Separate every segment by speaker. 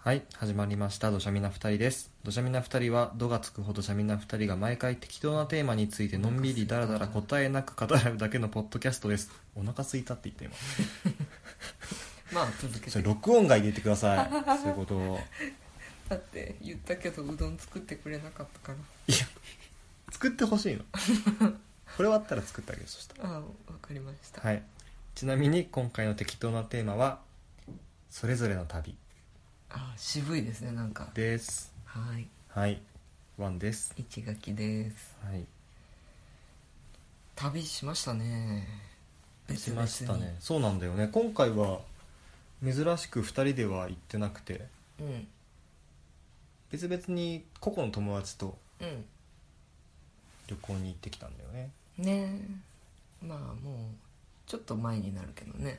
Speaker 1: はい始まりました「土砂みな2人」です土砂みな2人は「土がつくほどしゃみな2人」が毎回適当なテーマについてのんびりだらだら答えなく語るだけのポッドキャストですお腹すいたって言った今
Speaker 2: まあ続け
Speaker 1: そ
Speaker 2: て
Speaker 1: れ録音外入れてくださ いそういうことを
Speaker 2: だって言ったけどうどん作ってくれなかったから
Speaker 1: いや作ってほしいのこれ終わったら作ってあげるそしたら
Speaker 2: ああわかりました、
Speaker 1: はいちなみに今回の適当なテーマは「それぞれの旅
Speaker 2: あ渋いですねなんか」
Speaker 1: です
Speaker 2: はい
Speaker 1: はいワンです
Speaker 2: 一垣です
Speaker 1: はい
Speaker 2: 旅しましたね
Speaker 1: しましたね
Speaker 2: 別
Speaker 1: そうなんだよね今回は珍しく2人では行ってなくて
Speaker 2: 々に
Speaker 1: 別々に個々の友達と
Speaker 2: うん
Speaker 1: 旅行に行ってきたんだよね
Speaker 2: うんねえまあもうちょっと前になるけどね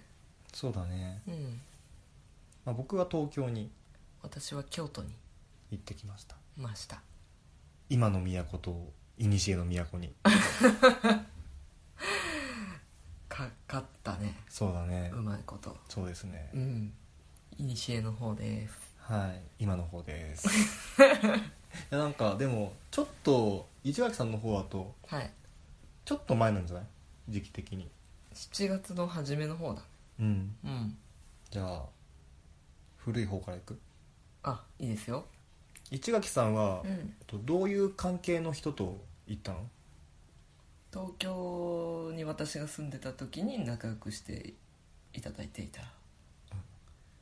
Speaker 1: そうだね、
Speaker 2: うん
Speaker 1: まあ、僕は東京に
Speaker 2: 私は京都に
Speaker 1: 行ってきました
Speaker 2: いました
Speaker 1: 今の都と古の都 に
Speaker 2: かかったね
Speaker 1: そうだね
Speaker 2: うまいこと
Speaker 1: そうですね
Speaker 2: うんいにしえの方です
Speaker 1: はい今の方です いやなんかでもちょっと市垣さんの方だと
Speaker 2: はい
Speaker 1: ちょっと前なんじゃない時期的に
Speaker 2: 7月の初めの方だね
Speaker 1: うん
Speaker 2: うん
Speaker 1: じゃあ古い方からいく
Speaker 2: あいいですよ
Speaker 1: 市垣さんは、
Speaker 2: うん
Speaker 1: えっとどういう関係の人と行ったの
Speaker 2: 東京に私が住んでた時に仲良くしていただいていた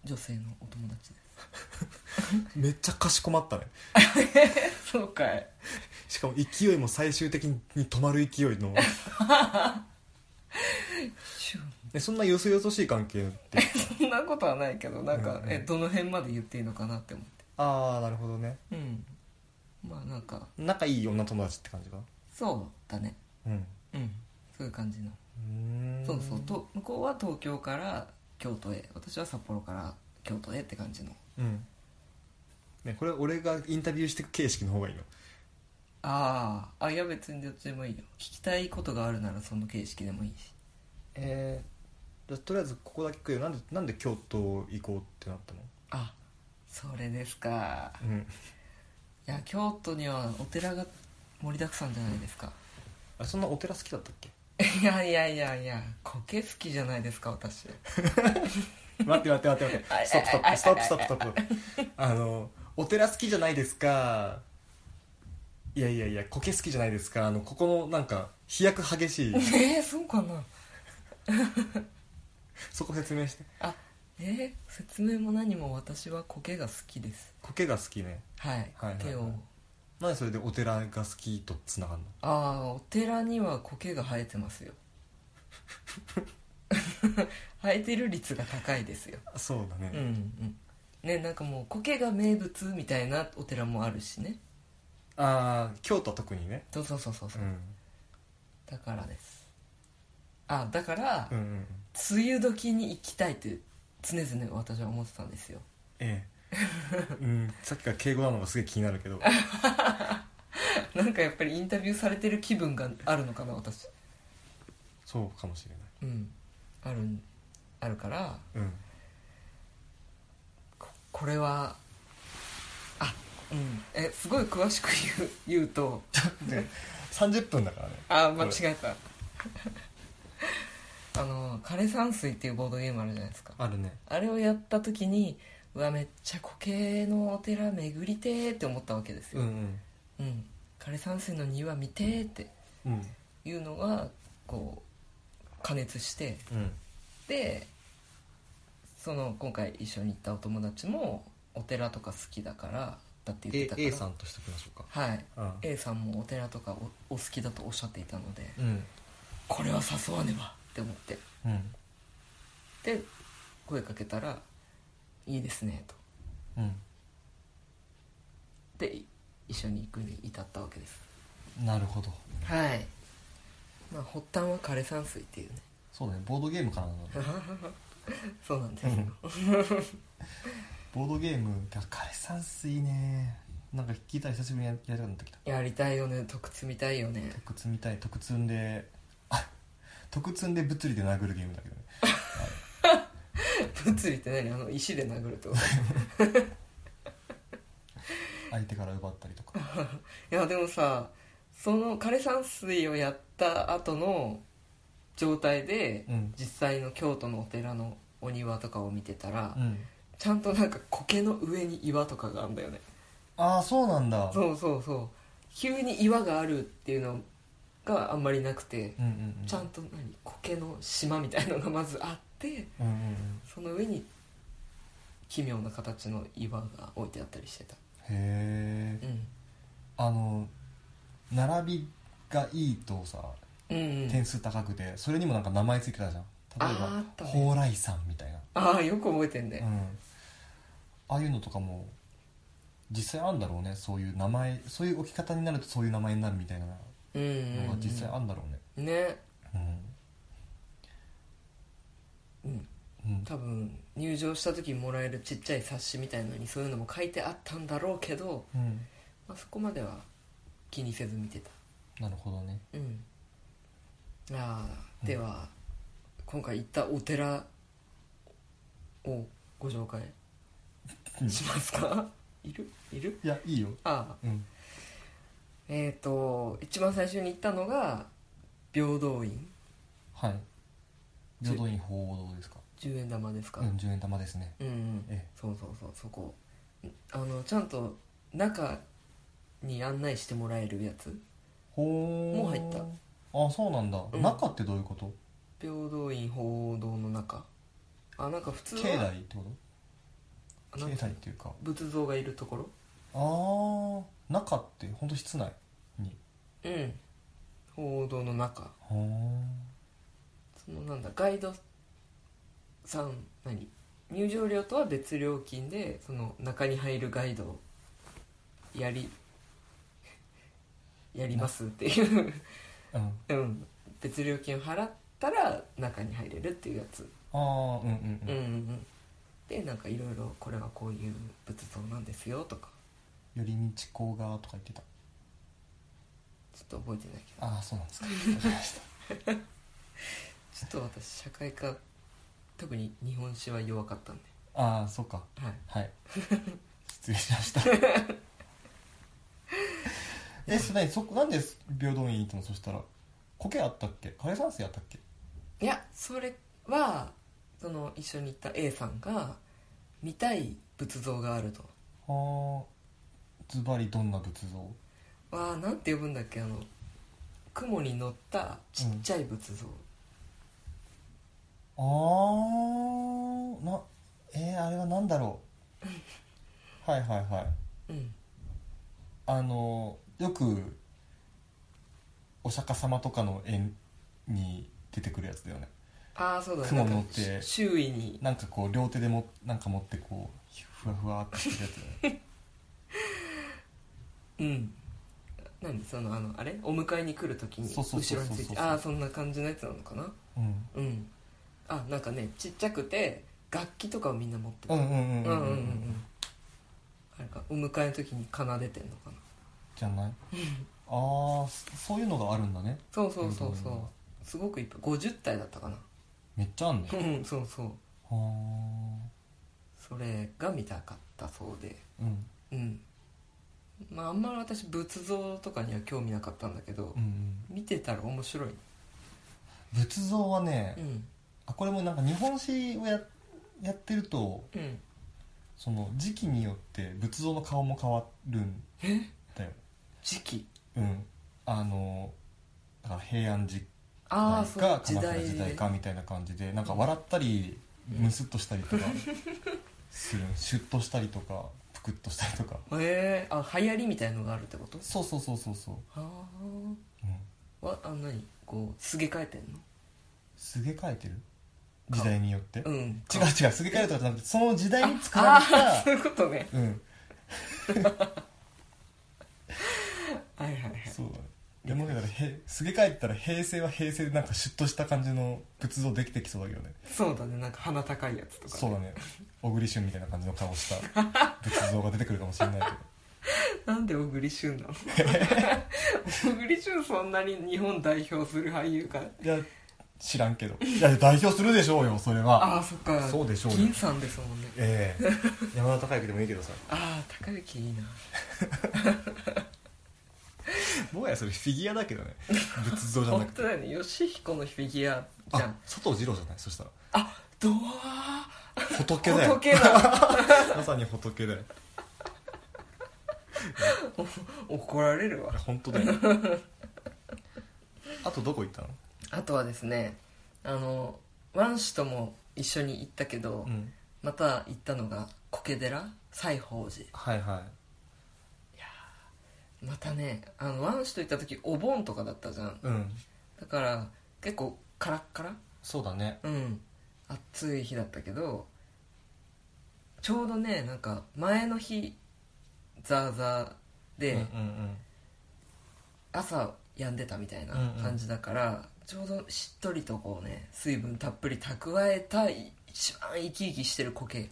Speaker 2: 女性のお友達で
Speaker 1: めっちゃかしこまったね
Speaker 2: すそうかい
Speaker 1: しかも勢いも最終的に止まる勢いの
Speaker 2: シュン
Speaker 1: えそんなよそよそしい関係って
Speaker 2: そんなことはないけどなんか、
Speaker 1: うんうん
Speaker 2: えどの辺まで言っていいのかなって思っ
Speaker 1: ああなるほどね
Speaker 2: てうんまあなんか
Speaker 1: 仲いい女友達って感じか
Speaker 2: そうだね
Speaker 1: うん
Speaker 2: うんそういう感じの
Speaker 1: うーん
Speaker 2: そうそうと向こうは東京から京都へ私は札幌から京都へって感じの
Speaker 1: うんねこれ俺がインタビューしてく形式の方がいいの
Speaker 2: あーあいや別にどっちでもいいよ聞きたいことがあるならその形式でもいいし
Speaker 1: えー、じゃあとりあえずここだけ聞くよなんでなんで京都行こうってなったの
Speaker 2: あそれですか
Speaker 1: うん
Speaker 2: いや京都にはお寺が盛りだくさんじゃないですか
Speaker 1: あそんなお寺好きだったっけ
Speaker 2: いやいやいやいや苔好きじゃないですか私
Speaker 1: 待って待って待って待ってストップストップストップストップストップあのお寺好きじゃないですかいやいやいや苔好きじゃないですかあのここのなんか飛躍激しい
Speaker 2: えそうかな
Speaker 1: そこ説明して
Speaker 2: あえー説明も何も私は苔が好きです
Speaker 1: 苔が好きね
Speaker 2: は
Speaker 1: は
Speaker 2: い、
Speaker 1: いはいはい
Speaker 2: 手を
Speaker 1: なんでそれでお寺が好きとつながるの
Speaker 2: ああお寺には苔が生えて ますよ生えてる率が高いですよ
Speaker 1: あそうだね、
Speaker 2: うんうんねなんかもう苔が名物みたいなお寺もあるしね
Speaker 1: ああ京都は特にね、、
Speaker 2: そうそうそうそうそううんだからですあだから、
Speaker 1: うんうんうん
Speaker 2: 梅雨時に行きたいって常々私は思ってたんですよ
Speaker 1: え えうんさっきから敬語なのがすげえ気になるけ ど
Speaker 2: なんかやっぱりインタビューされてる気分があるのかな私
Speaker 1: そうかもしれ
Speaker 2: うんあるあるから
Speaker 1: ない
Speaker 2: ここれはあうんえすごい詳しく言う言うと
Speaker 1: うんで30分だからね
Speaker 2: あ間違えた あの枯山水っていうボードゲームあるじゃないですか
Speaker 1: あるね
Speaker 2: あれをやった時にうわめっちゃ苔のお寺巡りてーって思ったわけです
Speaker 1: う
Speaker 2: よ、
Speaker 1: ん
Speaker 2: うん、枯山水の庭見てーって
Speaker 1: うんうん
Speaker 2: いうのがこう加熱して
Speaker 1: うん
Speaker 2: でその今回一緒に行ったお友達もお寺とか好きだからだって言
Speaker 1: A,
Speaker 2: ってたから
Speaker 1: A さんとしておきましょうか
Speaker 2: はい
Speaker 1: A
Speaker 2: A さんもお寺とかおお好きだとおっしゃっていたので
Speaker 1: うん
Speaker 2: これは誘わねばって思って
Speaker 1: うん
Speaker 2: で声かけたら「いいですね」とでい一緒に行くに至ったわけです
Speaker 1: なるほど
Speaker 2: はいまあ発端は枯山水っていうね
Speaker 1: そうだねボードゲームかな
Speaker 2: そうなんですよ、
Speaker 1: ボードゲームが枯山水ねなんか聞いたら久しぶりにやりたくなってきた
Speaker 2: やりたいよね徳積みたいよね
Speaker 1: 特積みたい特積んであ特積んで物理で殴るゲームだけどね
Speaker 2: 物理って何あの石で殴るってこと
Speaker 1: 相手から奪ったりとか
Speaker 2: いやでもさその枯山水をやった後の状態で、
Speaker 1: うん
Speaker 2: 実際の京都のお寺のお庭とかを見てたら、
Speaker 1: うん
Speaker 2: ちゃんとなんか苔の上に岩とかがあるんだよね
Speaker 1: ああそうなんだう、
Speaker 2: そうそうそう急に岩があるっていうのがあんまりなくて、
Speaker 1: んうんうん、
Speaker 2: ちゃんと何苔の島みたいのがまずあって
Speaker 1: うんうんうん
Speaker 2: その上に奇妙な形の岩が置いてあったりしてた
Speaker 1: へえ
Speaker 2: うん
Speaker 1: あの並びがいいとさ
Speaker 2: うんうん
Speaker 1: 点数高くてそれにもなんか名前ついてたじゃん例え
Speaker 2: あーあっ
Speaker 1: ば
Speaker 2: たね
Speaker 1: 蓬莱山みたいな
Speaker 2: ああよく覚えてんね、
Speaker 1: うん、ああいうのとかも実際あんだろうねそういう名前そういう置き方になるとそういう名前になるみたいなの
Speaker 2: うんうんうん
Speaker 1: が実際あんだろうね
Speaker 2: ね
Speaker 1: う
Speaker 2: うん
Speaker 1: ん、うん
Speaker 2: 多分入場した時もらえるちっちゃい冊子みたいのにそういうのも書いてあったんだろうけど、
Speaker 1: うん、
Speaker 2: まあ、そこまでは気にせず見てた
Speaker 1: なるほどね
Speaker 2: うんああでは、今回行ったお寺をご紹介
Speaker 1: うん
Speaker 2: しますかいるいる
Speaker 1: いやいいよ
Speaker 2: ああ
Speaker 1: うん
Speaker 2: えっ、と一番最初に行ったのが平等院
Speaker 1: はい平等院鳳凰堂ですか
Speaker 2: 10円玉ですか、
Speaker 1: うん10円玉ですね
Speaker 2: うんうん
Speaker 1: え
Speaker 2: そうそうそうそこあのちゃんと中に案内してもらえるやつ
Speaker 1: ほ
Speaker 2: もう入った
Speaker 1: あそうなんだ、
Speaker 2: うん
Speaker 1: 中ってどういうこと
Speaker 2: 平等院鳳凰堂の中あなんか普通
Speaker 1: 境
Speaker 2: は
Speaker 1: 内ってこと
Speaker 2: な
Speaker 1: 境
Speaker 2: んか
Speaker 1: 内っていうか
Speaker 2: 仏像がいるところ
Speaker 1: あー中ってほんと室内に
Speaker 2: うん鳳凰堂の中
Speaker 1: ほ
Speaker 2: そのなんだガイドさん何入場料とは別料金でその中に入るガイドをやり やりますっていう、
Speaker 1: ーうん
Speaker 2: うん、別料金を払ったら中に入れるっていうやつ、
Speaker 1: ああうんうん
Speaker 2: う
Speaker 1: う
Speaker 2: んうんんうん、でなんかいろいろこれはこういう仏像なんですよとか
Speaker 1: 寄り道こう側とか言ってた
Speaker 2: ちょっと覚えてないけど
Speaker 1: ああそうなんですかわかりました
Speaker 2: ちょっと私社会科特に日本史は弱かったんで
Speaker 1: ああそうか
Speaker 2: はい
Speaker 1: はい失礼しました えそれ何そこなんで平等院行ったのそしたら苔あったっけ枯山水あったっけ
Speaker 2: いやそれはその一緒に行った A さんが見たい仏像があると
Speaker 1: はあズバリどんな仏像
Speaker 2: わあなんて呼ぶんだっけあの雲に乗ったちっちゃい仏像、
Speaker 1: あーなえー、あれは何だろ うはいはいはい
Speaker 2: うん、
Speaker 1: あのよくお釈迦様とかの絵に出てくるやつだよね
Speaker 2: ああそうだね
Speaker 1: 雲
Speaker 2: なんか
Speaker 1: 乗って
Speaker 2: 周囲に
Speaker 1: なんかこう両手でもなんか持ってこうふわふわってしてるやつだよ ね
Speaker 2: うん何そのあのあれお迎えに来る時に
Speaker 1: そうそう
Speaker 2: 後
Speaker 1: そう
Speaker 2: ろ
Speaker 1: そうそ
Speaker 2: に
Speaker 1: う
Speaker 2: ついてああそんな感じのやつなのかな
Speaker 1: うん
Speaker 2: うんあなんかねちっちゃくて楽器とかをみんな持って
Speaker 1: う
Speaker 2: た
Speaker 1: んうんうん
Speaker 2: うんうんうんう
Speaker 1: うん
Speaker 2: んあれかお迎えの時に奏でてんのかな
Speaker 1: じゃないああそういうのがあるんだね
Speaker 2: そうそうそうそ
Speaker 1: うんうんうん
Speaker 2: うすごくいっぱい50体だったかな
Speaker 1: めっちゃあんね
Speaker 2: うんそうそう
Speaker 1: はあ
Speaker 2: それが見たかったそうで
Speaker 1: うん
Speaker 2: うんまああんまり私仏像とかには興味なかったんだけど
Speaker 1: うんうん
Speaker 2: 見てたら面白い
Speaker 1: 仏像はね、
Speaker 2: うん
Speaker 1: あこれもなんか日本史をややってると
Speaker 2: うん
Speaker 1: その時期によって仏像の顔も変わるんだよ
Speaker 2: 時期
Speaker 1: うんあのだから平安時
Speaker 2: ああ
Speaker 1: 代
Speaker 2: そう
Speaker 1: か
Speaker 2: 時
Speaker 1: 鎌倉
Speaker 2: 代
Speaker 1: 時代かみたいな感じでなんか
Speaker 2: うん
Speaker 1: 笑ったり
Speaker 2: うん
Speaker 1: ムスっとしたりとかする シュッとしたりとかぷくっとしたりとか
Speaker 2: へえあ流行りみたいのがあるってこと
Speaker 1: そうそうそうそうそう、
Speaker 2: あ
Speaker 1: うん、
Speaker 2: あわあ何こうすげ替えてんの
Speaker 1: すげ替えてる時代によって違う
Speaker 2: う
Speaker 1: 違
Speaker 2: ん違う
Speaker 1: うすげ替えるとかじゃなくてその時代に作ら
Speaker 2: あ
Speaker 1: れ
Speaker 2: あー そ
Speaker 1: た
Speaker 2: ういうことね
Speaker 1: うん
Speaker 2: はいはいはい
Speaker 1: そうだねでもだからへすげ替えてたら平成は平成でなんかシュッとした感じの仏像できてきそうだけどね
Speaker 2: そうだねなんか鼻高いやつとかね
Speaker 1: そうだね小栗旬みたいな感じの顔した仏像が出てくるかもしれないけど
Speaker 2: なんで小栗旬なの小栗旬そんなに日本代表する俳優か
Speaker 1: いや知らんけどいや代表するでしょうよそれは
Speaker 2: ああそっか
Speaker 1: そうでしょうよ
Speaker 2: 銀さんですもんね
Speaker 1: ええ山田孝之でもいいけどさ
Speaker 2: ああ高之いいな
Speaker 1: もはやそれフィギュアだけど ね仏像じゃな
Speaker 2: 本
Speaker 1: くて
Speaker 2: 当だよね吉彦のフィギュアじゃ
Speaker 1: あ
Speaker 2: ん
Speaker 1: 佐藤二郎じゃないそしたら
Speaker 2: あドア
Speaker 1: 仏だよ
Speaker 2: 仏だ
Speaker 1: まさに仏だよ
Speaker 2: 怒られるわ
Speaker 1: いや本当だ よあとどこ行ったの
Speaker 2: あとはですねあのワン氏とも一緒に行ったけど、
Speaker 1: うん
Speaker 2: また行ったのが苔寺西宝寺
Speaker 1: はいは
Speaker 2: またねあのワン氏と行った時お盆とかだったじゃん
Speaker 1: いうん
Speaker 2: だから結構カラッカラ
Speaker 1: そうだね
Speaker 2: うん暑い日だったけどちょうどねなんか前の日ザーザー
Speaker 1: うん
Speaker 2: で、
Speaker 1: うんうん
Speaker 2: 朝病んでたみたいな感じだから、ちょうどしっとりとこうね水分たっぷり蓄えたい一番生き生きしてる苔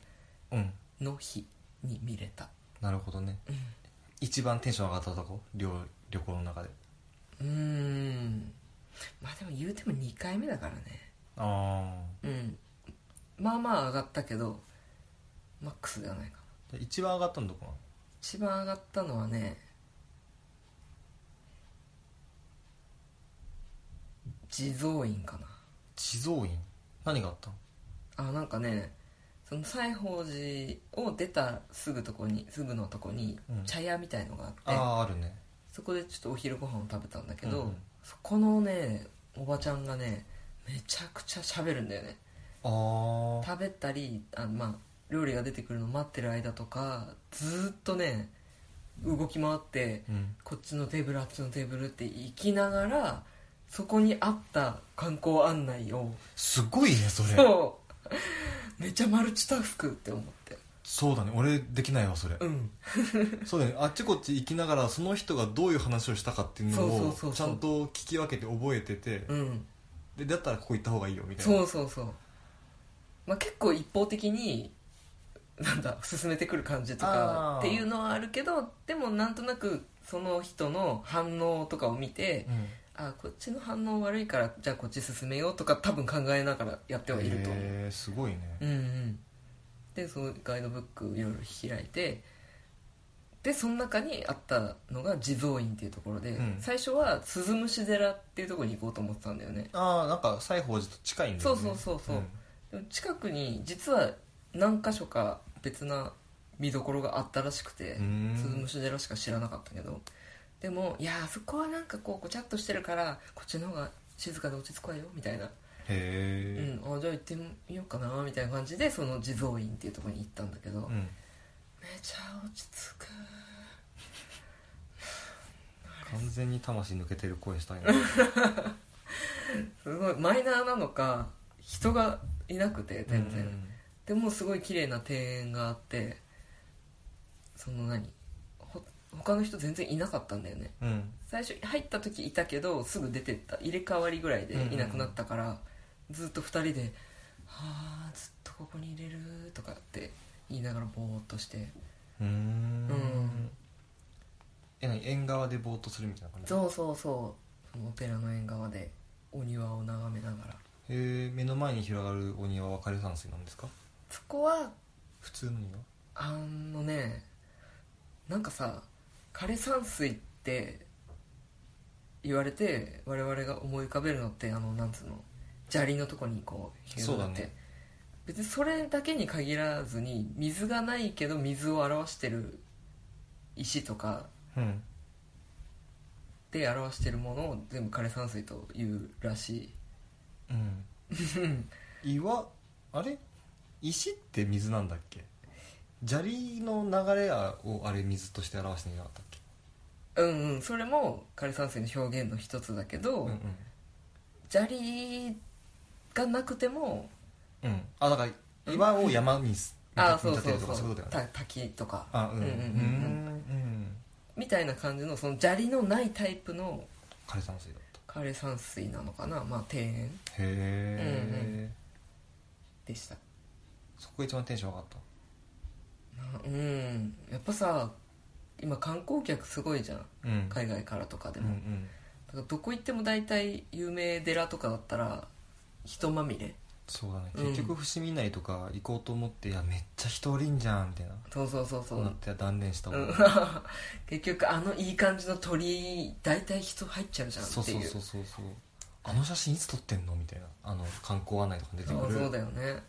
Speaker 1: うん
Speaker 2: の日に見れた
Speaker 1: なるほどね、一番テンション上がったとこ旅旅行の中で
Speaker 2: うーんまあでも言うても2回目だからね
Speaker 1: あ
Speaker 2: うんまあまあ上がったけどマックスではないか
Speaker 1: あ
Speaker 2: な
Speaker 1: 一番上がったのどこなの
Speaker 2: 一番上がったのはね地蔵院かな
Speaker 1: 地蔵院何があったの
Speaker 2: あなんかねその西宝寺を出たすぐとこにすぐのとこに
Speaker 1: うん
Speaker 2: 茶屋みたいのがあって、
Speaker 1: あああるね
Speaker 2: そこでちょっとお昼ご飯を食べたんだけど、
Speaker 1: うんうん
Speaker 2: そこのねおばちゃんがねめちゃくちゃ喋るんだよね
Speaker 1: ああ
Speaker 2: 食べたりあまあ料理が出てくるの待ってる間とかずーっとね動き回って
Speaker 1: うん
Speaker 2: こっちのテーブルあっちのテーブルって行きながらそこにあった観光案内を
Speaker 1: すごいねそれ
Speaker 2: そう めっちゃマルチタスクって思って
Speaker 1: そうだね俺できないわそれ
Speaker 2: うん
Speaker 1: そうだねあっちこっち行きながらその人がどういう話をしたかっていうの
Speaker 2: そうそう
Speaker 1: を
Speaker 2: そうそう
Speaker 1: ちゃんと聞き分けて覚えてて
Speaker 2: うん
Speaker 1: でだったらここ行った方がいいよみたいな
Speaker 2: そうそうそうまあ結構一方的になんだ進めてくる感じと
Speaker 1: あー
Speaker 2: かっていうのはあるけどでもなんとなくその人の反応とかを見て
Speaker 1: うん
Speaker 2: あこっちの反応悪いからじゃあこっち進めようとか多分考えながらやってはいると思う
Speaker 1: へーすごいね、
Speaker 2: うんうんでそのガイドブックいろいろ開いてでその中にあったのが地蔵院っていうところで、
Speaker 1: うん
Speaker 2: 最初は鈴虫寺っていうところに行こうと思ってたんだよね
Speaker 1: ああなんか西宝寺と近いんだよね
Speaker 2: そうそうそうそうんでも近くに実は何か所か別な見どころがあったらしくて
Speaker 1: うーん
Speaker 2: 鈴虫寺しか知らなかったけどでもいやあそこはなんかこうごちゃっとしてるからこっちの方が静かで落ち着くわよみたいな
Speaker 1: へえ
Speaker 2: うん、あじゃあ行ってみようかなみたいな感じでその地蔵院っていうところに行ったんだけど、
Speaker 1: う
Speaker 2: め
Speaker 1: ん
Speaker 2: ちゃ落ち着く
Speaker 1: 完全に魂抜けてる声したいな
Speaker 2: すごいマイナーなのか人がいなくて全然、
Speaker 1: うん
Speaker 2: でもすごい綺麗な庭園があってその何ほ他の人全然いなかったんだよね
Speaker 1: うん
Speaker 2: 最初入った時いたけどすぐ出てった入れ替わりぐらいでいなくなったから、ずっと2人で「はあずっとここに入れる」とかって言いながらぼーっとして
Speaker 1: うーん
Speaker 2: うん
Speaker 1: え何縁側でぼーっとするみたいな感じへ
Speaker 2: そうそうそうそのお寺の縁側でお庭を眺めながら
Speaker 1: え目の前に広がるお庭は枯山水なんですか
Speaker 2: そこは
Speaker 1: 普通の庭
Speaker 2: あのねなんかさ枯山水って言われて我々が思い浮かべるのってあのなんつうの砂利のとこにこう広がって、
Speaker 1: そうだね
Speaker 2: 別にそれだけに限らずに水がないけど水を表してる石とか
Speaker 1: うん
Speaker 2: で表してるものを全部枯山水というらしい
Speaker 1: うん 岩あれ石って水なんだっけ砂利の流れをあれ水として表してなかったっけ
Speaker 2: うんうんそれも枯山水の表現の一つだけど、
Speaker 1: うん
Speaker 2: 砂利がなくても
Speaker 1: うんうんあだから岩を山にす
Speaker 2: あ
Speaker 1: 見
Speaker 2: そう
Speaker 1: 立て
Speaker 2: そう
Speaker 1: るとか
Speaker 2: そう
Speaker 1: そういうことだよね
Speaker 2: た滝とか
Speaker 1: あうん
Speaker 2: うん
Speaker 1: う
Speaker 2: うんん
Speaker 1: う
Speaker 2: うんん
Speaker 1: うん
Speaker 2: みたいな感じのその砂利のないタイプの
Speaker 1: 枯山水だった
Speaker 2: 枯山水なのかな、まあ、庭園
Speaker 1: へえ、
Speaker 2: でした
Speaker 1: そこが一番テンション上がった
Speaker 2: なうんやっぱさ今観光客すごいじゃん
Speaker 1: うん
Speaker 2: 海外からとかで
Speaker 1: うんう
Speaker 2: も、
Speaker 1: ん
Speaker 2: だからどこ行っても大体有名寺とかだったら人まみれ
Speaker 1: そうだね
Speaker 2: うん
Speaker 1: 結局伏見内とか行こうと思って、いやめっちゃ人おりんじゃんみたいな
Speaker 2: そうそうそうそ
Speaker 1: そう
Speaker 2: う
Speaker 1: なって断念したも、
Speaker 2: うん ん結局あのいい感じの鳥居大体人入っちゃうじゃん
Speaker 1: そう
Speaker 2: って
Speaker 1: そ
Speaker 2: いうう
Speaker 1: そうそうそうあの写真いつ撮ってんのみたいなあの観光案内とか出てく
Speaker 2: あ
Speaker 1: る
Speaker 2: そうだよね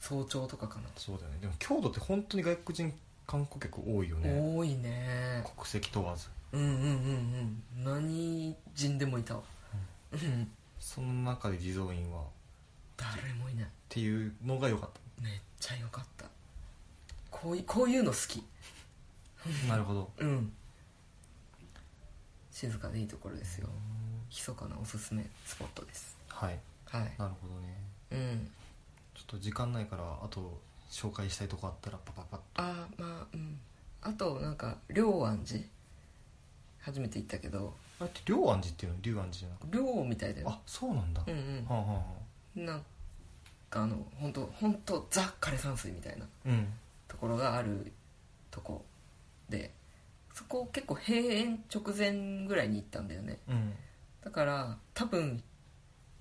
Speaker 2: 早朝とかかな、
Speaker 1: そうだよねでも京都って本当に外国人観光客多いよね
Speaker 2: 多いね
Speaker 1: 国籍問わず
Speaker 2: うんうんうんうん何人でもいたわうん
Speaker 1: その中で地蔵院はっ
Speaker 2: 誰もいない
Speaker 1: ていうのが良かっ
Speaker 2: めっちゃよかったこういこういうの好き
Speaker 1: たなるほど
Speaker 2: うん静かでいいところですよ密かなおすすめスポットです
Speaker 1: はい
Speaker 2: はい
Speaker 1: なるほどね
Speaker 2: うん
Speaker 1: ちょっと時間ないからあと紹介したいとこあったらパパパッと
Speaker 2: あーまあうんあとなんか龍安寺初めて行ったけど
Speaker 1: あれって龍安寺っていうの龍安寺じゃなく
Speaker 2: 龍みたいだ
Speaker 1: て
Speaker 2: よ
Speaker 1: あそうなんだ、
Speaker 2: うん
Speaker 1: は
Speaker 2: うん
Speaker 1: あ、はあは
Speaker 2: なんかあの本当本当ザ枯山水みたいな
Speaker 1: あ、うん
Speaker 2: ところがあるとこでそこ結構閉園直前ぐらいに行ったんだよね
Speaker 1: うん
Speaker 2: だから多分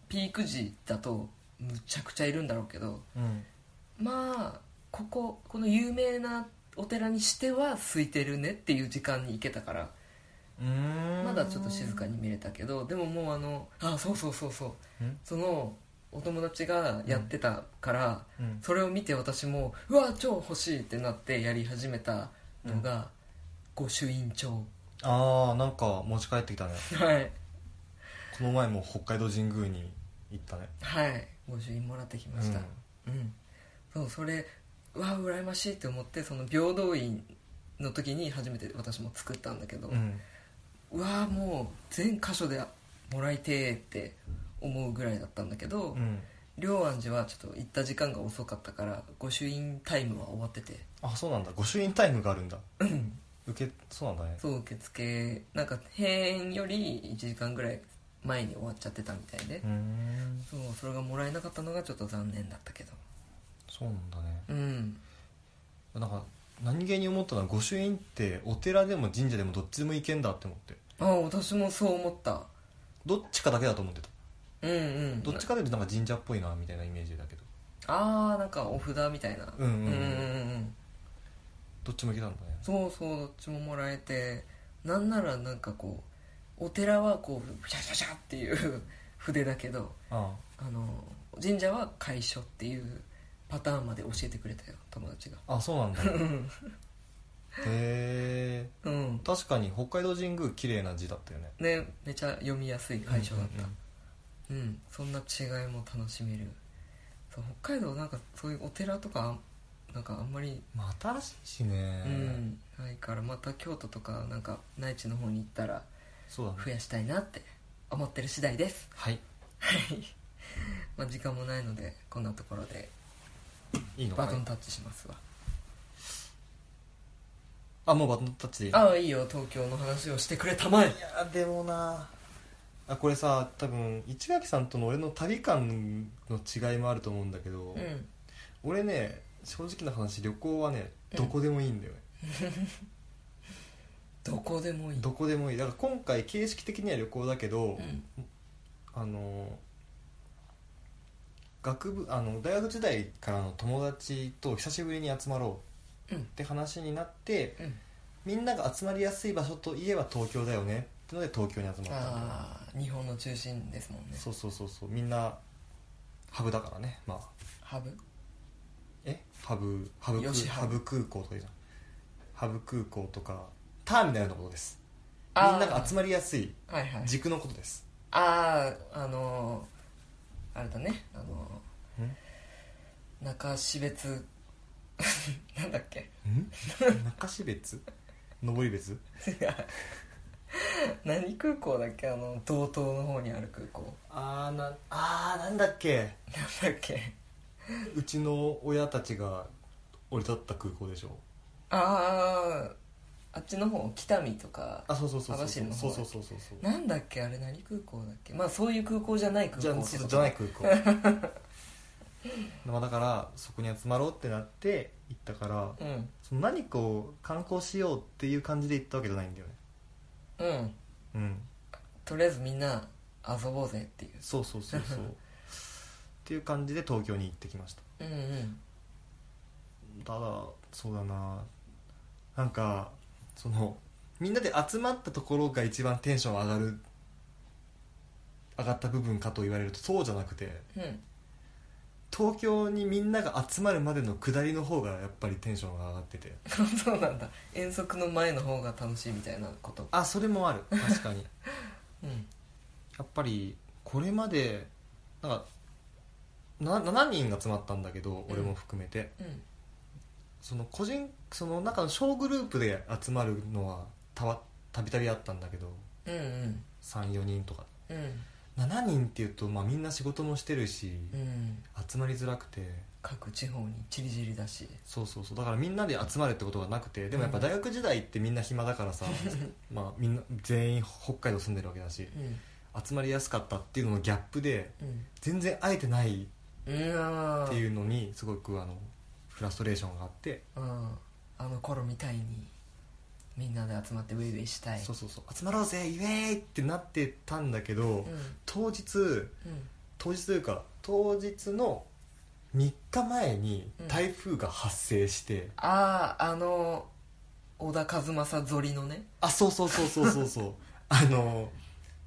Speaker 2: ピーク時だとむちゃくちゃいるんだろうけど
Speaker 1: うん
Speaker 2: まあこここの有名なお寺にしては空いてるねっていう時間に行けたから
Speaker 1: うーん
Speaker 2: まだちょっと静かに見れたけどでももうあのあそうそうそうそうんそのお友達がやってたから、
Speaker 1: うん
Speaker 2: それを見て私もうわ超欲しいってなってやり始めたのが、御朱印帳
Speaker 1: ああなんか持ち帰ってきたね
Speaker 2: はい
Speaker 1: この前も北海道神宮に行ったね
Speaker 2: はい御朱印もらってきましたうん、そうそれうわ羨ましいって思ってその平等院の時に初めて私も作ったんだけど、
Speaker 1: うん、うん
Speaker 2: うわーもう全箇所でもらいてーって思うぐらいだったんだけど、
Speaker 1: うん、
Speaker 2: 龍安寺はちょっと行った時間が遅かったから御朱印タイムは終わってて
Speaker 1: あそうなんだ御朱印タイムがある んだ
Speaker 2: うん
Speaker 1: 受けそうなんだね
Speaker 2: そう受付なんか閉園より1時間ぐらい前に終わっちゃってたみたいで
Speaker 1: うー、ん
Speaker 2: そうそれがもらえなかったのがちょっと残念だったけど
Speaker 1: そうなんだね
Speaker 2: うん
Speaker 1: なんか何気に思ったのは御朱印ってお寺でも神社でもどっちでも行けんだって思って
Speaker 2: ああ私もそう思った
Speaker 1: どっちかだけだと思ってた
Speaker 2: うんうん
Speaker 1: どっちかでなんか神社っぽいなみたいなイメージだけど
Speaker 2: ああなんかお札みたいな
Speaker 1: うんうん
Speaker 2: う
Speaker 1: うんん
Speaker 2: うんうん
Speaker 1: どっちも行けたんだね
Speaker 2: そうそうどっちももらえてなんならなんかこうお寺はこうシャシャシャっていう 筆だけど
Speaker 1: あ
Speaker 2: あの神社は楷書っていうパターンまで教えてくれたよ友達が
Speaker 1: ああそうなん だへえ
Speaker 2: うん
Speaker 1: 確かに北海道神宮綺麗な字だったよね
Speaker 2: ねめちゃ読みやすい会社だった
Speaker 1: うん
Speaker 2: うん、そんな違いも楽しめるそう北海道なんかそういうお寺とかなんかあんまり、
Speaker 1: まあ新しいしね
Speaker 2: うんないからまた京都とかなんか内地の方に行ったら
Speaker 1: そうだね
Speaker 2: 増やしたいなって思ってる次第です
Speaker 1: はい
Speaker 2: はいまあ時間もないのでこんなところで
Speaker 1: いいのか
Speaker 2: バ
Speaker 1: な
Speaker 2: トンタッチしますわ
Speaker 1: あもうバトンタッチでいいの
Speaker 2: ああいいよ東京の話をしてくれたまえ
Speaker 1: いやでもなあこれさ多分市垣さんとの俺の旅感の違いもあると思うんだけど、
Speaker 2: うん
Speaker 1: 俺ね正直な話旅行はね
Speaker 2: うん
Speaker 1: どこでもいいんだよね、
Speaker 2: どこでもいい
Speaker 1: どこでもいいだから今回形式的には旅行だけど、
Speaker 2: うん
Speaker 1: あの学部あの大学時代からの友達と久しぶりに集まろうって話になって、
Speaker 2: うん
Speaker 1: みんなが集まりやすい場所といえば東京だよねってので東京に集まったんだよね
Speaker 2: ああ日本の中心ですもんね
Speaker 1: そうそうそうそうみんなハブだからねまあ
Speaker 2: ハブ
Speaker 1: えハブハブ空
Speaker 2: よしハ
Speaker 1: ハブ
Speaker 2: ブ
Speaker 1: 空港とかいうじゃんハブ空港とかターミナルのことですみ
Speaker 2: あー
Speaker 1: んなが集まりやすい
Speaker 2: はいはい
Speaker 1: 軸のことです、
Speaker 2: あああのーあれだねあのー中標津 なんだっけ
Speaker 1: ん中標別登別
Speaker 2: 違う何空港だっけあの道東の方にある空港
Speaker 1: あーなあーなんだっけ
Speaker 2: なんだっけ
Speaker 1: うちの親たちが降り立った空港でしょ
Speaker 2: あああっちの方北見とか
Speaker 1: あそうそうそうそう
Speaker 2: 網走
Speaker 1: そう
Speaker 2: の
Speaker 1: そ
Speaker 2: 方
Speaker 1: うそうそうそう
Speaker 2: なんだっけあれ何空港だっけまあそういう空港じゃない空
Speaker 1: じゃ
Speaker 2: 港
Speaker 1: あ
Speaker 2: っ
Speaker 1: そ
Speaker 2: てこ
Speaker 1: う
Speaker 2: と
Speaker 1: じゃない空港 まあだからそこに集まろうってなって行ったから
Speaker 2: うん
Speaker 1: その何かを観光しようっていう感じで行ったわけじゃないんだよね
Speaker 2: うん
Speaker 1: うん
Speaker 2: とりあえずみんな遊ぼうぜっていう
Speaker 1: そうそうそうそうっていう感じで東京に行ってきました
Speaker 2: うんうん
Speaker 1: ただそうだななんかそのみんなで集まったところが一番テンション上がる上がった部分かと言われるとそうじゃなくて
Speaker 2: うん
Speaker 1: 東京にみんなが集まるまでの下りの方がやっぱりテンションが上がってて
Speaker 2: そうなんだ遠足の前の方が楽しいみたいなこと
Speaker 1: あそれもあ る確かに
Speaker 2: うん
Speaker 1: やっぱりこれまでなんかな7人が集まったんだけど俺も含めて、
Speaker 2: うん
Speaker 1: その個人その中の小グループで集まるのはたわたびたびあったんだけど
Speaker 2: うんうん
Speaker 1: 34人とか
Speaker 2: うん
Speaker 1: 7人っていうと、まあ、みんな仕事もしてるし、
Speaker 2: うん
Speaker 1: 集まりづらくて
Speaker 2: 各地方にちりじりだし
Speaker 1: そうそうそうだからみんなで集まるってことがなくてでもやっぱ大学時代ってみんな暇だから さ、まあ、みんな全員北海道住んでるわけだし
Speaker 2: うん
Speaker 1: 集まりやすかったっていうののギャップで
Speaker 2: うん
Speaker 1: 全然会えてないっ
Speaker 2: うんあ
Speaker 1: て
Speaker 2: ー
Speaker 1: いうのにすごくあのフラストレーションがあって、
Speaker 2: うんあの頃みたいにみんなで集まってウェイウェイしたい
Speaker 1: そうそうそう集まろうぜイエーイってなってたんだけど、
Speaker 2: うん
Speaker 1: 当日
Speaker 2: うん
Speaker 1: 当日というか当日の3日前に台風が発生して、
Speaker 2: あああの小田和正ぞりのね
Speaker 1: あそうそうそうそうそうそう あの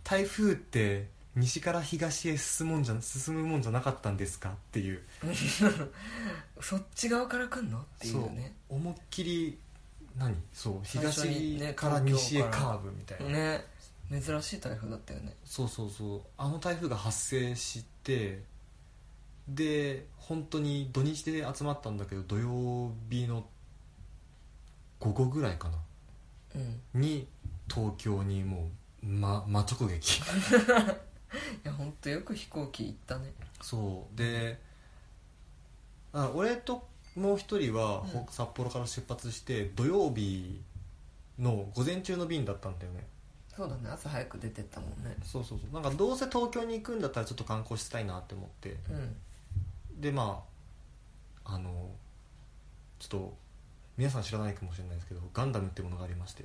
Speaker 1: 台風って西から東へ進むもんじゃ進むもんじゃなかったんですかっていう
Speaker 2: そっち側から来んのっていうね
Speaker 1: そう思いっきり何そう
Speaker 2: 最初にね
Speaker 1: 東から
Speaker 2: 東
Speaker 1: 西
Speaker 2: 京
Speaker 1: へ
Speaker 2: か
Speaker 1: カ
Speaker 2: ら
Speaker 1: ーブみたいな、
Speaker 2: ね珍しい台風だったよね
Speaker 1: そうそうそうあの台風が発生してで本当に土日で集まったんだけど土曜日の午後ぐらいかな
Speaker 2: うん
Speaker 1: に東京にもう、ま、真直 撃
Speaker 2: いや本当よく飛行機行ったね
Speaker 1: そうであ俺ともう一人は、ほ
Speaker 2: うん
Speaker 1: 札幌から出発して土曜日の午前中の便だったんだよね
Speaker 2: そうだね朝早く出てったもんね
Speaker 1: そうそうそうなんかどうせ東京に行くんだったらちょっと観光したいなって思って
Speaker 2: うん
Speaker 1: でまああのちょっと皆さん知らないかもしれないですけどガンダムってものがありまして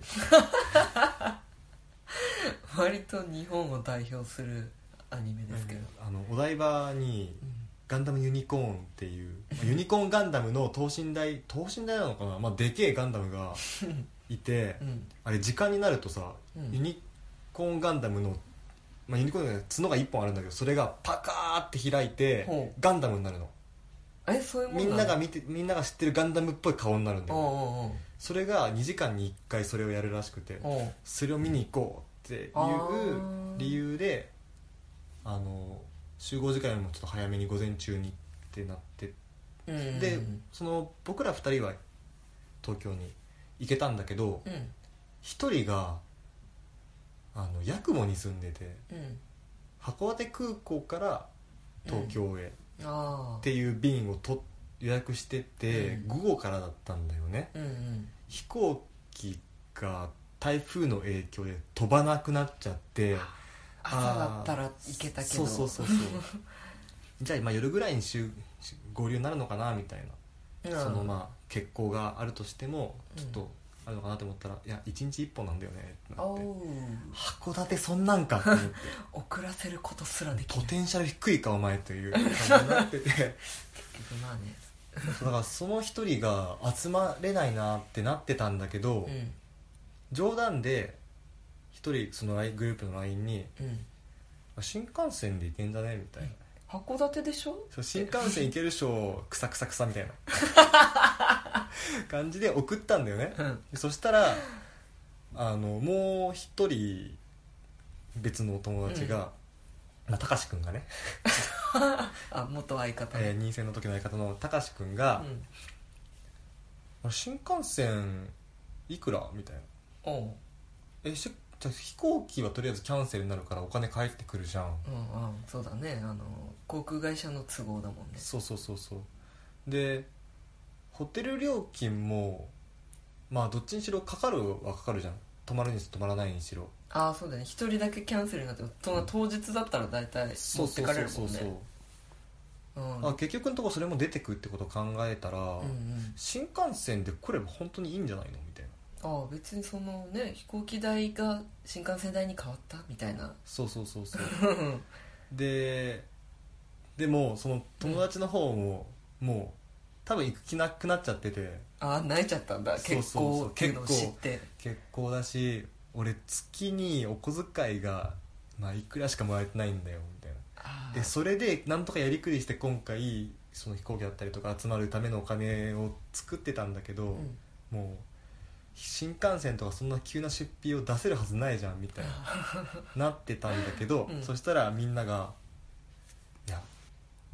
Speaker 2: 割と日本を代表するアニメですけど、
Speaker 1: あのお台場に
Speaker 2: うん
Speaker 1: ガンダムユニコーンって いうまあユニコーンガンダムの等身大等身大なのかな、まあ、でけえガンダム がいて
Speaker 2: うん
Speaker 1: あれ時間になるとさ、
Speaker 2: うん
Speaker 1: ユニコーンガンダムの、まあ、ユニコーンガンダムの角が1本あるんだけどそれがパカーって開いて
Speaker 2: ほう
Speaker 1: ガンダムになるの
Speaker 2: えそういうもん
Speaker 1: み
Speaker 2: の
Speaker 1: んなが見てみんなが知ってるガンダムっぽい顔になるんだ
Speaker 2: おう
Speaker 1: よ
Speaker 2: おう
Speaker 1: それが2時間に1回それをやるらしくて
Speaker 2: おうおう
Speaker 1: それを見に行こうっていう
Speaker 2: あー
Speaker 1: 理由であの集合時間よりもちょっと早めに午前中にってなって
Speaker 2: うんうんうん
Speaker 1: でその僕ら2人は東京に行けたんだけど
Speaker 2: うん
Speaker 1: 1人があの八雲に住んでて
Speaker 2: うん
Speaker 1: 函館空港から東京へっ
Speaker 2: ああ
Speaker 1: ていう便をと予約してて、
Speaker 2: うん
Speaker 1: 午後からだったんだよね
Speaker 2: うんうん
Speaker 1: 飛行機が台風の影響で飛ばなくなっちゃって
Speaker 2: 朝だったら行けたけ
Speaker 1: そ
Speaker 2: ど
Speaker 1: うそう そうそうじゃあまあ夜ぐらいに集集合流になるのかなみたいな
Speaker 2: うん
Speaker 1: そのまあ欠航があるとしてもちょっ
Speaker 2: うん
Speaker 1: とあるのかなと思ったら、いや1日1本なんだよねってなっ
Speaker 2: お
Speaker 1: て
Speaker 2: う
Speaker 1: 函館そんなんかって思って
Speaker 2: 遅らせることすらでき
Speaker 1: ポ
Speaker 2: ない
Speaker 1: テンシャル低いかお前という感じになってて
Speaker 2: 結局まあね
Speaker 1: そうだからその一人が集まれないなってなってたんだけど、
Speaker 2: う
Speaker 1: 冗談で一人その LINE グループの LINE に
Speaker 2: んうん
Speaker 1: 「新幹線で行けんじゃね?」みたいな
Speaker 2: 函館でし
Speaker 1: 「
Speaker 2: ょ
Speaker 1: そう新幹線行けるっしょクサクサクサ」みたいな感じで送ったんだよね
Speaker 2: うん
Speaker 1: そしたらあのもう一人別のお友達が、まあ、たかしくんがね、
Speaker 2: あ元相方
Speaker 1: えー妊娠の時の相方のたかしくんが
Speaker 2: うん
Speaker 1: 「新幹線いくら?」みたいな
Speaker 2: おう
Speaker 1: 「えしじゃあ飛行機はとりあえずキャンセルになるからお金返ってくるじゃん
Speaker 2: うんうんそうだねあの航空会社の都合だもん」ね
Speaker 1: そうそうそうそうでホテル料金もまあどっちにしろかかるはかかるじゃん泊まるにしろ泊まらないにしろ
Speaker 2: ああそうだね一人だけキャンセルになってもその当日だったら大体持ってかれるもんねうん
Speaker 1: あ結局のところそれも出てくるってことを考えたら、
Speaker 2: うんうん
Speaker 1: 新幹線で来れば本当にいいんじゃないのみたいな
Speaker 2: ああ別にそのね飛行機代が新幹線代に変わったみたいな
Speaker 1: そうそうそうそう
Speaker 2: うん
Speaker 1: ででもその友達の方も、もう多分行く気なくなっちゃってて
Speaker 2: ああ泣いちゃったんだ
Speaker 1: そうそ
Speaker 2: 結
Speaker 1: うそ
Speaker 2: 構
Speaker 1: う
Speaker 2: っていうのを知って
Speaker 1: 結構だし俺月にお小遣いが、まあ、いくらしかもらえてないんだよみたいな
Speaker 2: あー
Speaker 1: でそれでなんとかやりくりして今回その飛行機だったりとか集まるためのお金を作ってたんだけど、
Speaker 2: うん
Speaker 1: もう新幹線とかそんな急な出費を出せるはずないじゃんみたい ななってたんだけど、
Speaker 2: うん
Speaker 1: そしたらみんなが「いや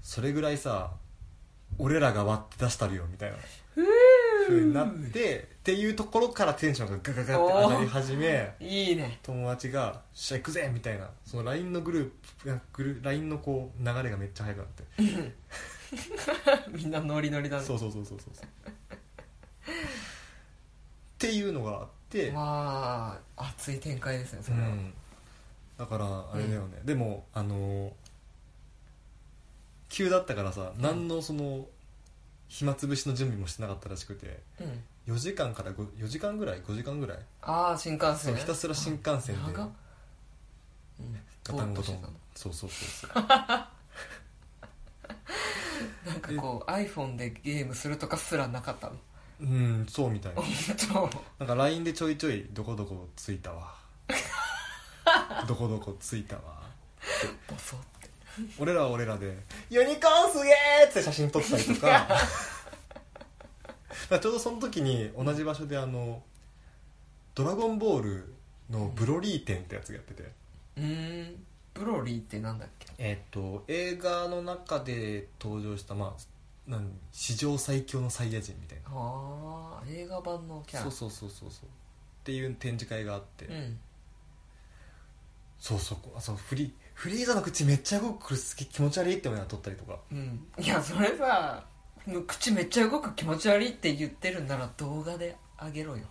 Speaker 1: それぐらいさ俺らが割って出したるよ」みたいなふうになってっていうところからテンションがガガガって上がり始め
Speaker 2: いいね
Speaker 1: 友達が「よっしゃ行くぜ!」みたいなその LINE のグループがグル LINE のこう流れがめっちゃ速くなって
Speaker 2: みんなノリノリだね
Speaker 1: そうそうそうそう そうそうっていうのがあって、
Speaker 2: まあ熱い展開ですねそうれは、
Speaker 1: ん、だからあれだよね、でもあの急だったからさ
Speaker 2: ん
Speaker 1: 何のその暇つぶしの準備もしてなかったらしくて
Speaker 2: うん
Speaker 1: 4時間から5 4時間ぐらい5時間ぐらい
Speaker 2: ああ新幹
Speaker 1: そう
Speaker 2: 線
Speaker 1: ひたすら新幹線で
Speaker 2: 長っ
Speaker 1: ガタンゴトンそうそうそうそう
Speaker 2: なんかこう iPhone でゲームするとかすらなかったの
Speaker 1: うんそうみたいな
Speaker 2: 本
Speaker 1: なんか LINE でちょいちょい「どこどこついた わ」「どこどこついたわ」
Speaker 2: 当ボソッて
Speaker 1: 俺らは俺らで「ユニコーンすげえ!」って写真撮ったり とかだからちょうどその時に同じ場所であの「ドラゴンボール」のブロリー展ってやつがやってて、
Speaker 2: うーんブロリーってなんだっけ
Speaker 1: えーっと映画の中で登場したまあなん史上最強のサイヤ人みたいな
Speaker 2: ああ映画版のキャラ
Speaker 1: そうそうそうそうそうっていう展示会があって、
Speaker 2: うん
Speaker 1: そうそうあそうフリフリーザの口めっちゃ動くこれ好き気持ち悪いって思いながら撮ったりとか
Speaker 2: うんいやそれさ口めっちゃ動く気持ち悪いって言ってるんなら動画であげろよ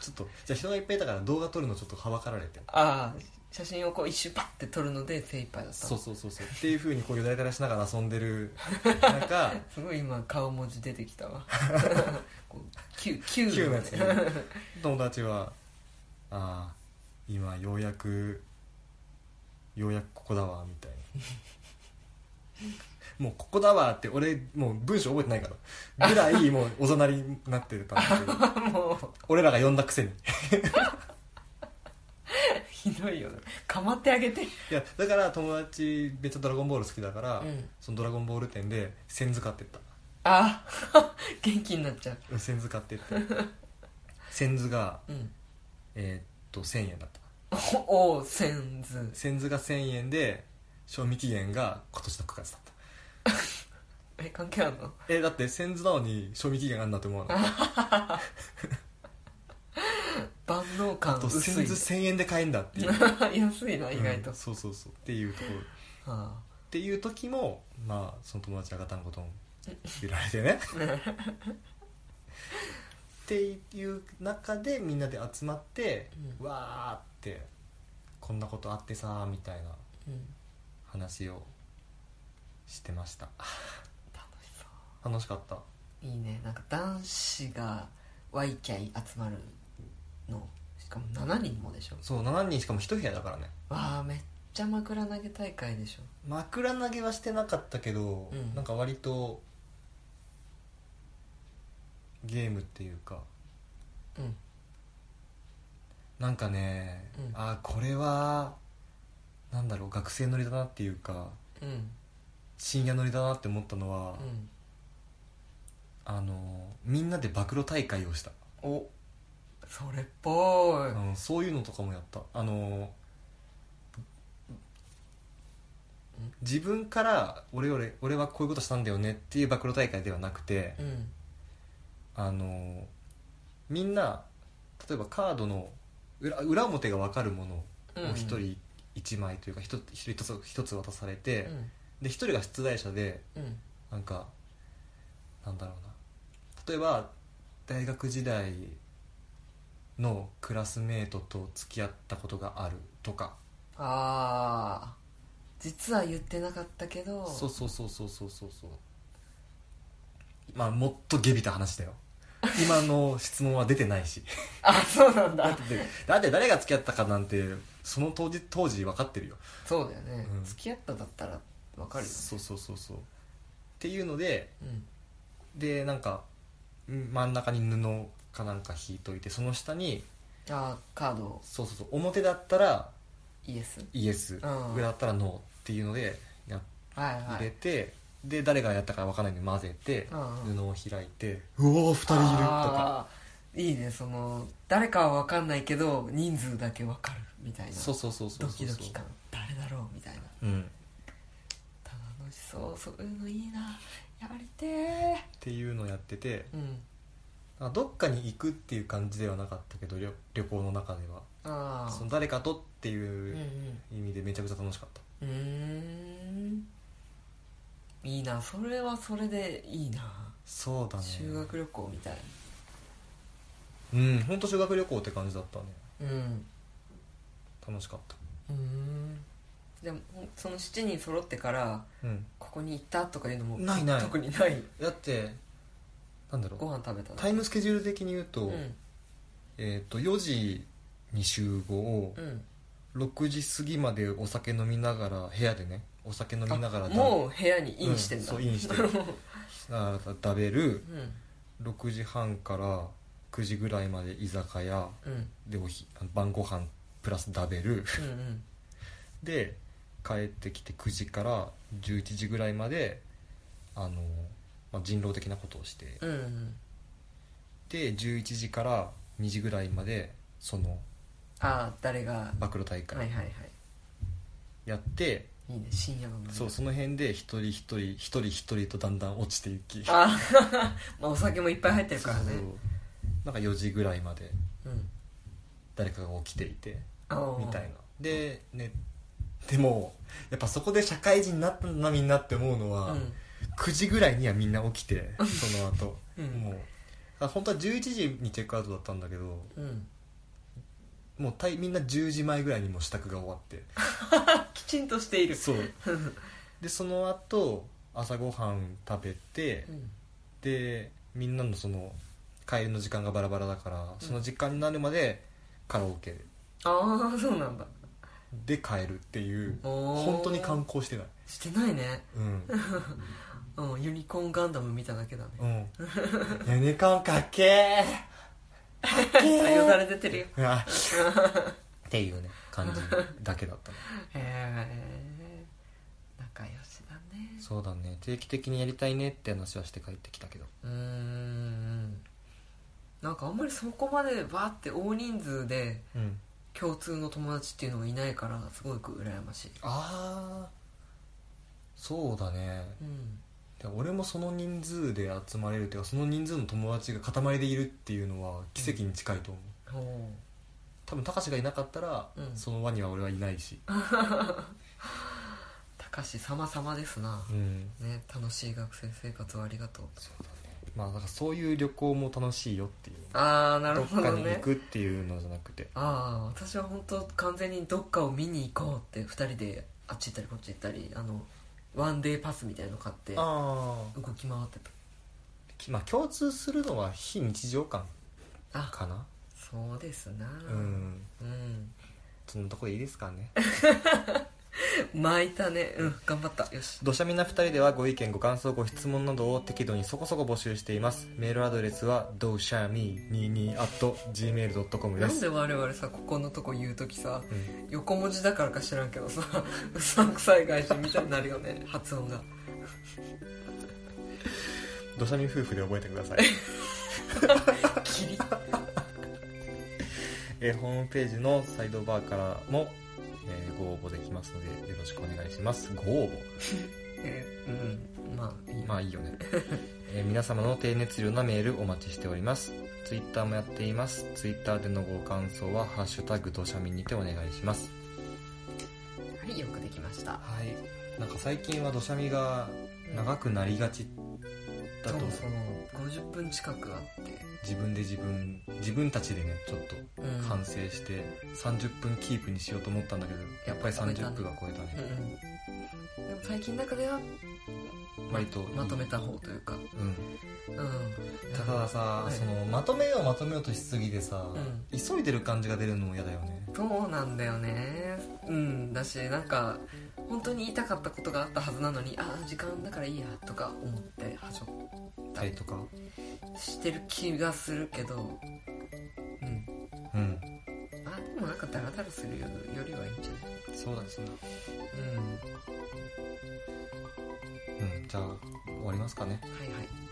Speaker 1: ちょっとじゃあ人がいっぱいいたから動画撮るのちょっとはばかられて
Speaker 2: ああ写真をこう一周パッて撮るので精一杯だったの
Speaker 1: そうそうそうそうっていうふうにこうよだれ垂らしながら遊んでる中
Speaker 2: すごい今顔文字出てきたわこうキューキュ
Speaker 1: キューの
Speaker 2: ーのや
Speaker 1: や
Speaker 2: つ
Speaker 1: つ
Speaker 2: ね
Speaker 1: ね友達は「ああ今ようやくようやくここだわ」みたいな 「もうここだわ」って俺もう文章覚えてないからぐらいもうおざなりになってたんだけど
Speaker 2: もう
Speaker 1: 俺らが呼んだくせに
Speaker 2: ひどいよねかまってあげて
Speaker 1: いやだから友達めっちゃ「ドラゴンボール」好きだから、
Speaker 2: うん
Speaker 1: その「ドラゴンボール」店で線図買ってった
Speaker 2: あ あ元気になっちゃう
Speaker 1: うん線図買ってって 線図が
Speaker 2: うん
Speaker 1: えーっと1000円だった
Speaker 2: おおセンズ
Speaker 1: 先図が1000円で賞味期限が今年の9月だった
Speaker 2: え関係あるの
Speaker 1: えだって先図なのに賞味期限あんなって思わない
Speaker 2: 万能
Speaker 1: あ
Speaker 2: 感
Speaker 1: と
Speaker 2: 薄
Speaker 1: 先
Speaker 2: い
Speaker 1: 図1000円で買えんだっていう
Speaker 2: 安いな 意外と、
Speaker 1: うんそうそうそうっていうところっ
Speaker 2: あ
Speaker 1: ていう時もまあその友達がガタンゴトン揺られてねっていう中でみんなで集まって、
Speaker 2: う
Speaker 1: わーってこんなことあってさーみたいな
Speaker 2: ーうん
Speaker 1: 話をしてました
Speaker 2: 楽しそ
Speaker 1: 楽しかった
Speaker 2: ういいねなんか男子がワイキャイ集まるのしかも7人もでしょ
Speaker 1: そう7人しかも一部屋だからね
Speaker 2: わあめっちゃ枕投げ大会でしょ
Speaker 1: 枕投げはしてなかったけど、
Speaker 2: うん
Speaker 1: なんか割とゲームっていうか
Speaker 2: うん
Speaker 1: なんかね、
Speaker 2: うん
Speaker 1: ああこれはなんだろう学生乗りだなっていうか
Speaker 2: うん
Speaker 1: 深夜乗りだなって思ったのは、
Speaker 2: うん
Speaker 1: あのみんなで暴露大会をした、
Speaker 2: おそれっぽい、
Speaker 1: あのそういうのとかもやったあの自分から俺俺俺はこういうことしたんだよねっていう暴露大会ではなくて、
Speaker 2: うん
Speaker 1: あのみんな例えばカードの裏裏表が分かるもの
Speaker 2: う
Speaker 1: を
Speaker 2: ん
Speaker 1: 一人一枚というか一つ一人一つ一つ渡されて、
Speaker 2: うん
Speaker 1: で一人が出題者で
Speaker 2: うん
Speaker 1: なんかなんだろうな例えば大学時代のクラスメートと付き合ったことがあるとか
Speaker 2: ああ実は言ってなかったけど
Speaker 1: そうそうそうそうそうそうそうまあもっと下びた話だよ今の質問は出てない し
Speaker 2: あそうなんだ
Speaker 1: でだって誰が付き合ったかなんてその当時当時分かってるよ
Speaker 2: そうだよね、
Speaker 1: うん
Speaker 2: 付き合っただったらわかるよ
Speaker 1: そうそうそうそうっていうので
Speaker 2: うん
Speaker 1: でなんかうん真ん中に布かなんか引いといてその下に
Speaker 2: ああカード
Speaker 1: そうそうそう表だったら
Speaker 2: イエス
Speaker 1: イエス
Speaker 2: うん
Speaker 1: 裏だったらノーっていうのでや
Speaker 2: はいは
Speaker 1: 入れ
Speaker 2: い
Speaker 1: て、で誰がやったか分かんないんで混ぜて
Speaker 2: うんうん
Speaker 1: 布を開いて「うおー2人いる!」とか
Speaker 2: あーいいねその誰かは分かんないけど人数だけ分かるみたいな
Speaker 1: そうそうそうそうそう
Speaker 2: ドキドキ感誰だろうみたいな
Speaker 1: うん、っ
Speaker 2: 楽しそうそういうのいいなやりてー
Speaker 1: ていうのをやってて
Speaker 2: うん
Speaker 1: あどっかに行くっていう感じではなかったけど旅旅行の中では
Speaker 2: ああ
Speaker 1: その誰かとって
Speaker 2: うん
Speaker 1: いう
Speaker 2: うん
Speaker 1: 意味でめちゃくちゃ楽しかった
Speaker 2: うーんいいなそれはそれでいいな
Speaker 1: そうだね
Speaker 2: 修学旅行みたい
Speaker 1: うん本当修学旅行って感じだったね
Speaker 2: うん
Speaker 1: 楽しかった
Speaker 2: うーんでもほんその7人揃ってから
Speaker 1: うん
Speaker 2: ここに行ったとかいうのも
Speaker 1: ないない
Speaker 2: 特にない
Speaker 1: だってなんだろ
Speaker 2: ご
Speaker 1: う
Speaker 2: 飯食べた
Speaker 1: タイムスケジュール的に言うと,、
Speaker 2: うん
Speaker 1: えー、と4時に集合
Speaker 2: うん
Speaker 1: 6時過ぎまでお酒飲みながら部屋でねお酒飲みながらだ
Speaker 2: もう部屋にインしてんだ、
Speaker 1: うんそうインして るあー食べる
Speaker 2: うん
Speaker 1: 6時半から9時ぐらいまで居酒屋
Speaker 2: うんうん
Speaker 1: でおひあの晩ご飯プラス食べる
Speaker 2: うん
Speaker 1: で帰ってきて9時から11時ぐらいまであの、まあ、人狼的なことをして、
Speaker 2: うんうん
Speaker 1: で11時から2時ぐらいまでその
Speaker 2: ああ誰が
Speaker 1: 暴露大
Speaker 2: はいはい
Speaker 1: 会
Speaker 2: はい
Speaker 1: やって、
Speaker 2: いいね深夜の飲み
Speaker 1: そうその辺で一人一人一人一人とだんだん落ちていき
Speaker 2: ああまあお酒もいっぱい入ってるからね
Speaker 1: そうなんか4時ぐらいまで
Speaker 2: うん
Speaker 1: 誰かが起きていて
Speaker 2: ああ
Speaker 1: みたいなでねでもやっぱそこで社会人になったんだなみんなって思うのは、
Speaker 2: うん
Speaker 1: 9時ぐらいにはみんな起きてその後、
Speaker 2: うん
Speaker 1: もうあ本当は11時にチェックアウトだったんだけど
Speaker 2: うん
Speaker 1: もうたいみんな10時前ぐらいにもう支度が終わって
Speaker 2: きちんとしている
Speaker 1: そうでその後朝ごはん食べて、
Speaker 2: うん
Speaker 1: でみんなのその帰りの時間がバラバラだからその時間になるまでカラオケ
Speaker 2: ああそうなんだ
Speaker 1: で帰るっていう、
Speaker 2: おー
Speaker 1: 本当に観光してない
Speaker 2: してないね
Speaker 1: うん、
Speaker 2: うんユニコーンガンダム見ただけだね
Speaker 1: うん、ユニコーンかっけー
Speaker 2: あよだれ出てるよ
Speaker 1: う わっていうね感じだけだったね
Speaker 2: へえ仲良しだね
Speaker 1: そうだね定期的にやりたいねって話はして帰ってきたけど
Speaker 2: うーんなんかあんまりそこまでバーって大人数で
Speaker 1: うん
Speaker 2: 共通の友達っていうのがいないからすごく羨ましい
Speaker 1: ああそうだね
Speaker 2: うん
Speaker 1: で俺もその人数で集まれるっていうかその人数の友達が塊でいるっていうのは奇跡に近いと思う、
Speaker 2: ほう
Speaker 1: 多分高志がいなかったら、
Speaker 2: うん
Speaker 1: その輪には俺はいないし、
Speaker 2: たかし様々ですな
Speaker 1: うん
Speaker 2: ね楽しい学生生活をありがとう
Speaker 1: そうだねまあだからそういう旅行も楽しいよっていう
Speaker 2: ああなる
Speaker 1: どっ
Speaker 2: ほ
Speaker 1: か
Speaker 2: ど
Speaker 1: に行
Speaker 2: ね
Speaker 1: くっていうのじゃなくて
Speaker 2: ああ私は本当完全にどっかを見に行こうって2人であっち行ったりこっち行ったりあのワンデーパスみたいの買って動
Speaker 1: あ
Speaker 2: き回ってた
Speaker 1: あまあ共通するのは非日常感
Speaker 2: あ
Speaker 1: かな
Speaker 2: そうですな
Speaker 1: うん、
Speaker 2: うん
Speaker 1: そのとこでいいですかね
Speaker 2: 巻いたねうん頑張ったよし
Speaker 1: 土砂みな2人ではご意見ご感想ご質問などを適度にそこそこ募集していますメールアドレスはどうしゃみ22 gmail.com で
Speaker 2: なん
Speaker 1: す、
Speaker 2: で我々さここのとこ言う時さ
Speaker 1: うん
Speaker 2: 横文字だからか知らんけどさ うさんくさい外人みたいになるよね発音が
Speaker 1: 土砂見夫婦で覚えてくだ さい
Speaker 2: キリ
Speaker 1: えーホームページのサイドバーからも、えーご応募できますのでよろしくお願いしますご応募
Speaker 2: えうんまあいい
Speaker 1: まあいいよね、 えー皆様の低熱量なメールお待ちしておりますツイッターもやっていますツイッターでのご感想は「ハッシュタグ土砂見」にてお願いします
Speaker 2: はいよくできました
Speaker 1: はいなんか最近は土砂見が長くなりがちだと
Speaker 2: そうそう50分近くあって
Speaker 1: 自分で自分自分たちでねちょっと
Speaker 2: うん
Speaker 1: 反省して30分キープにしようと思ったんだけどやっぱり30分は超えたね
Speaker 2: うんうんでも最近の中では
Speaker 1: 割と
Speaker 2: まとめた方というか
Speaker 1: うん
Speaker 2: うん
Speaker 1: たださ、
Speaker 2: はい
Speaker 1: そのまとめようまとめようとしすぎてさ、
Speaker 2: ん
Speaker 1: 急いでる感じが出るのも嫌だよね
Speaker 2: そうなんだよねうんだしなんか本当に言いたかったことがあったはずなのにああ時間だからいいやとか思ってはしょ
Speaker 1: たりとか
Speaker 2: してる気がするけどうん
Speaker 1: うん
Speaker 2: あーでもなんかダラダラするよりはいいんじゃない
Speaker 1: そうだですね
Speaker 2: うん
Speaker 1: うんじゃあ終わりますかね
Speaker 2: はいはい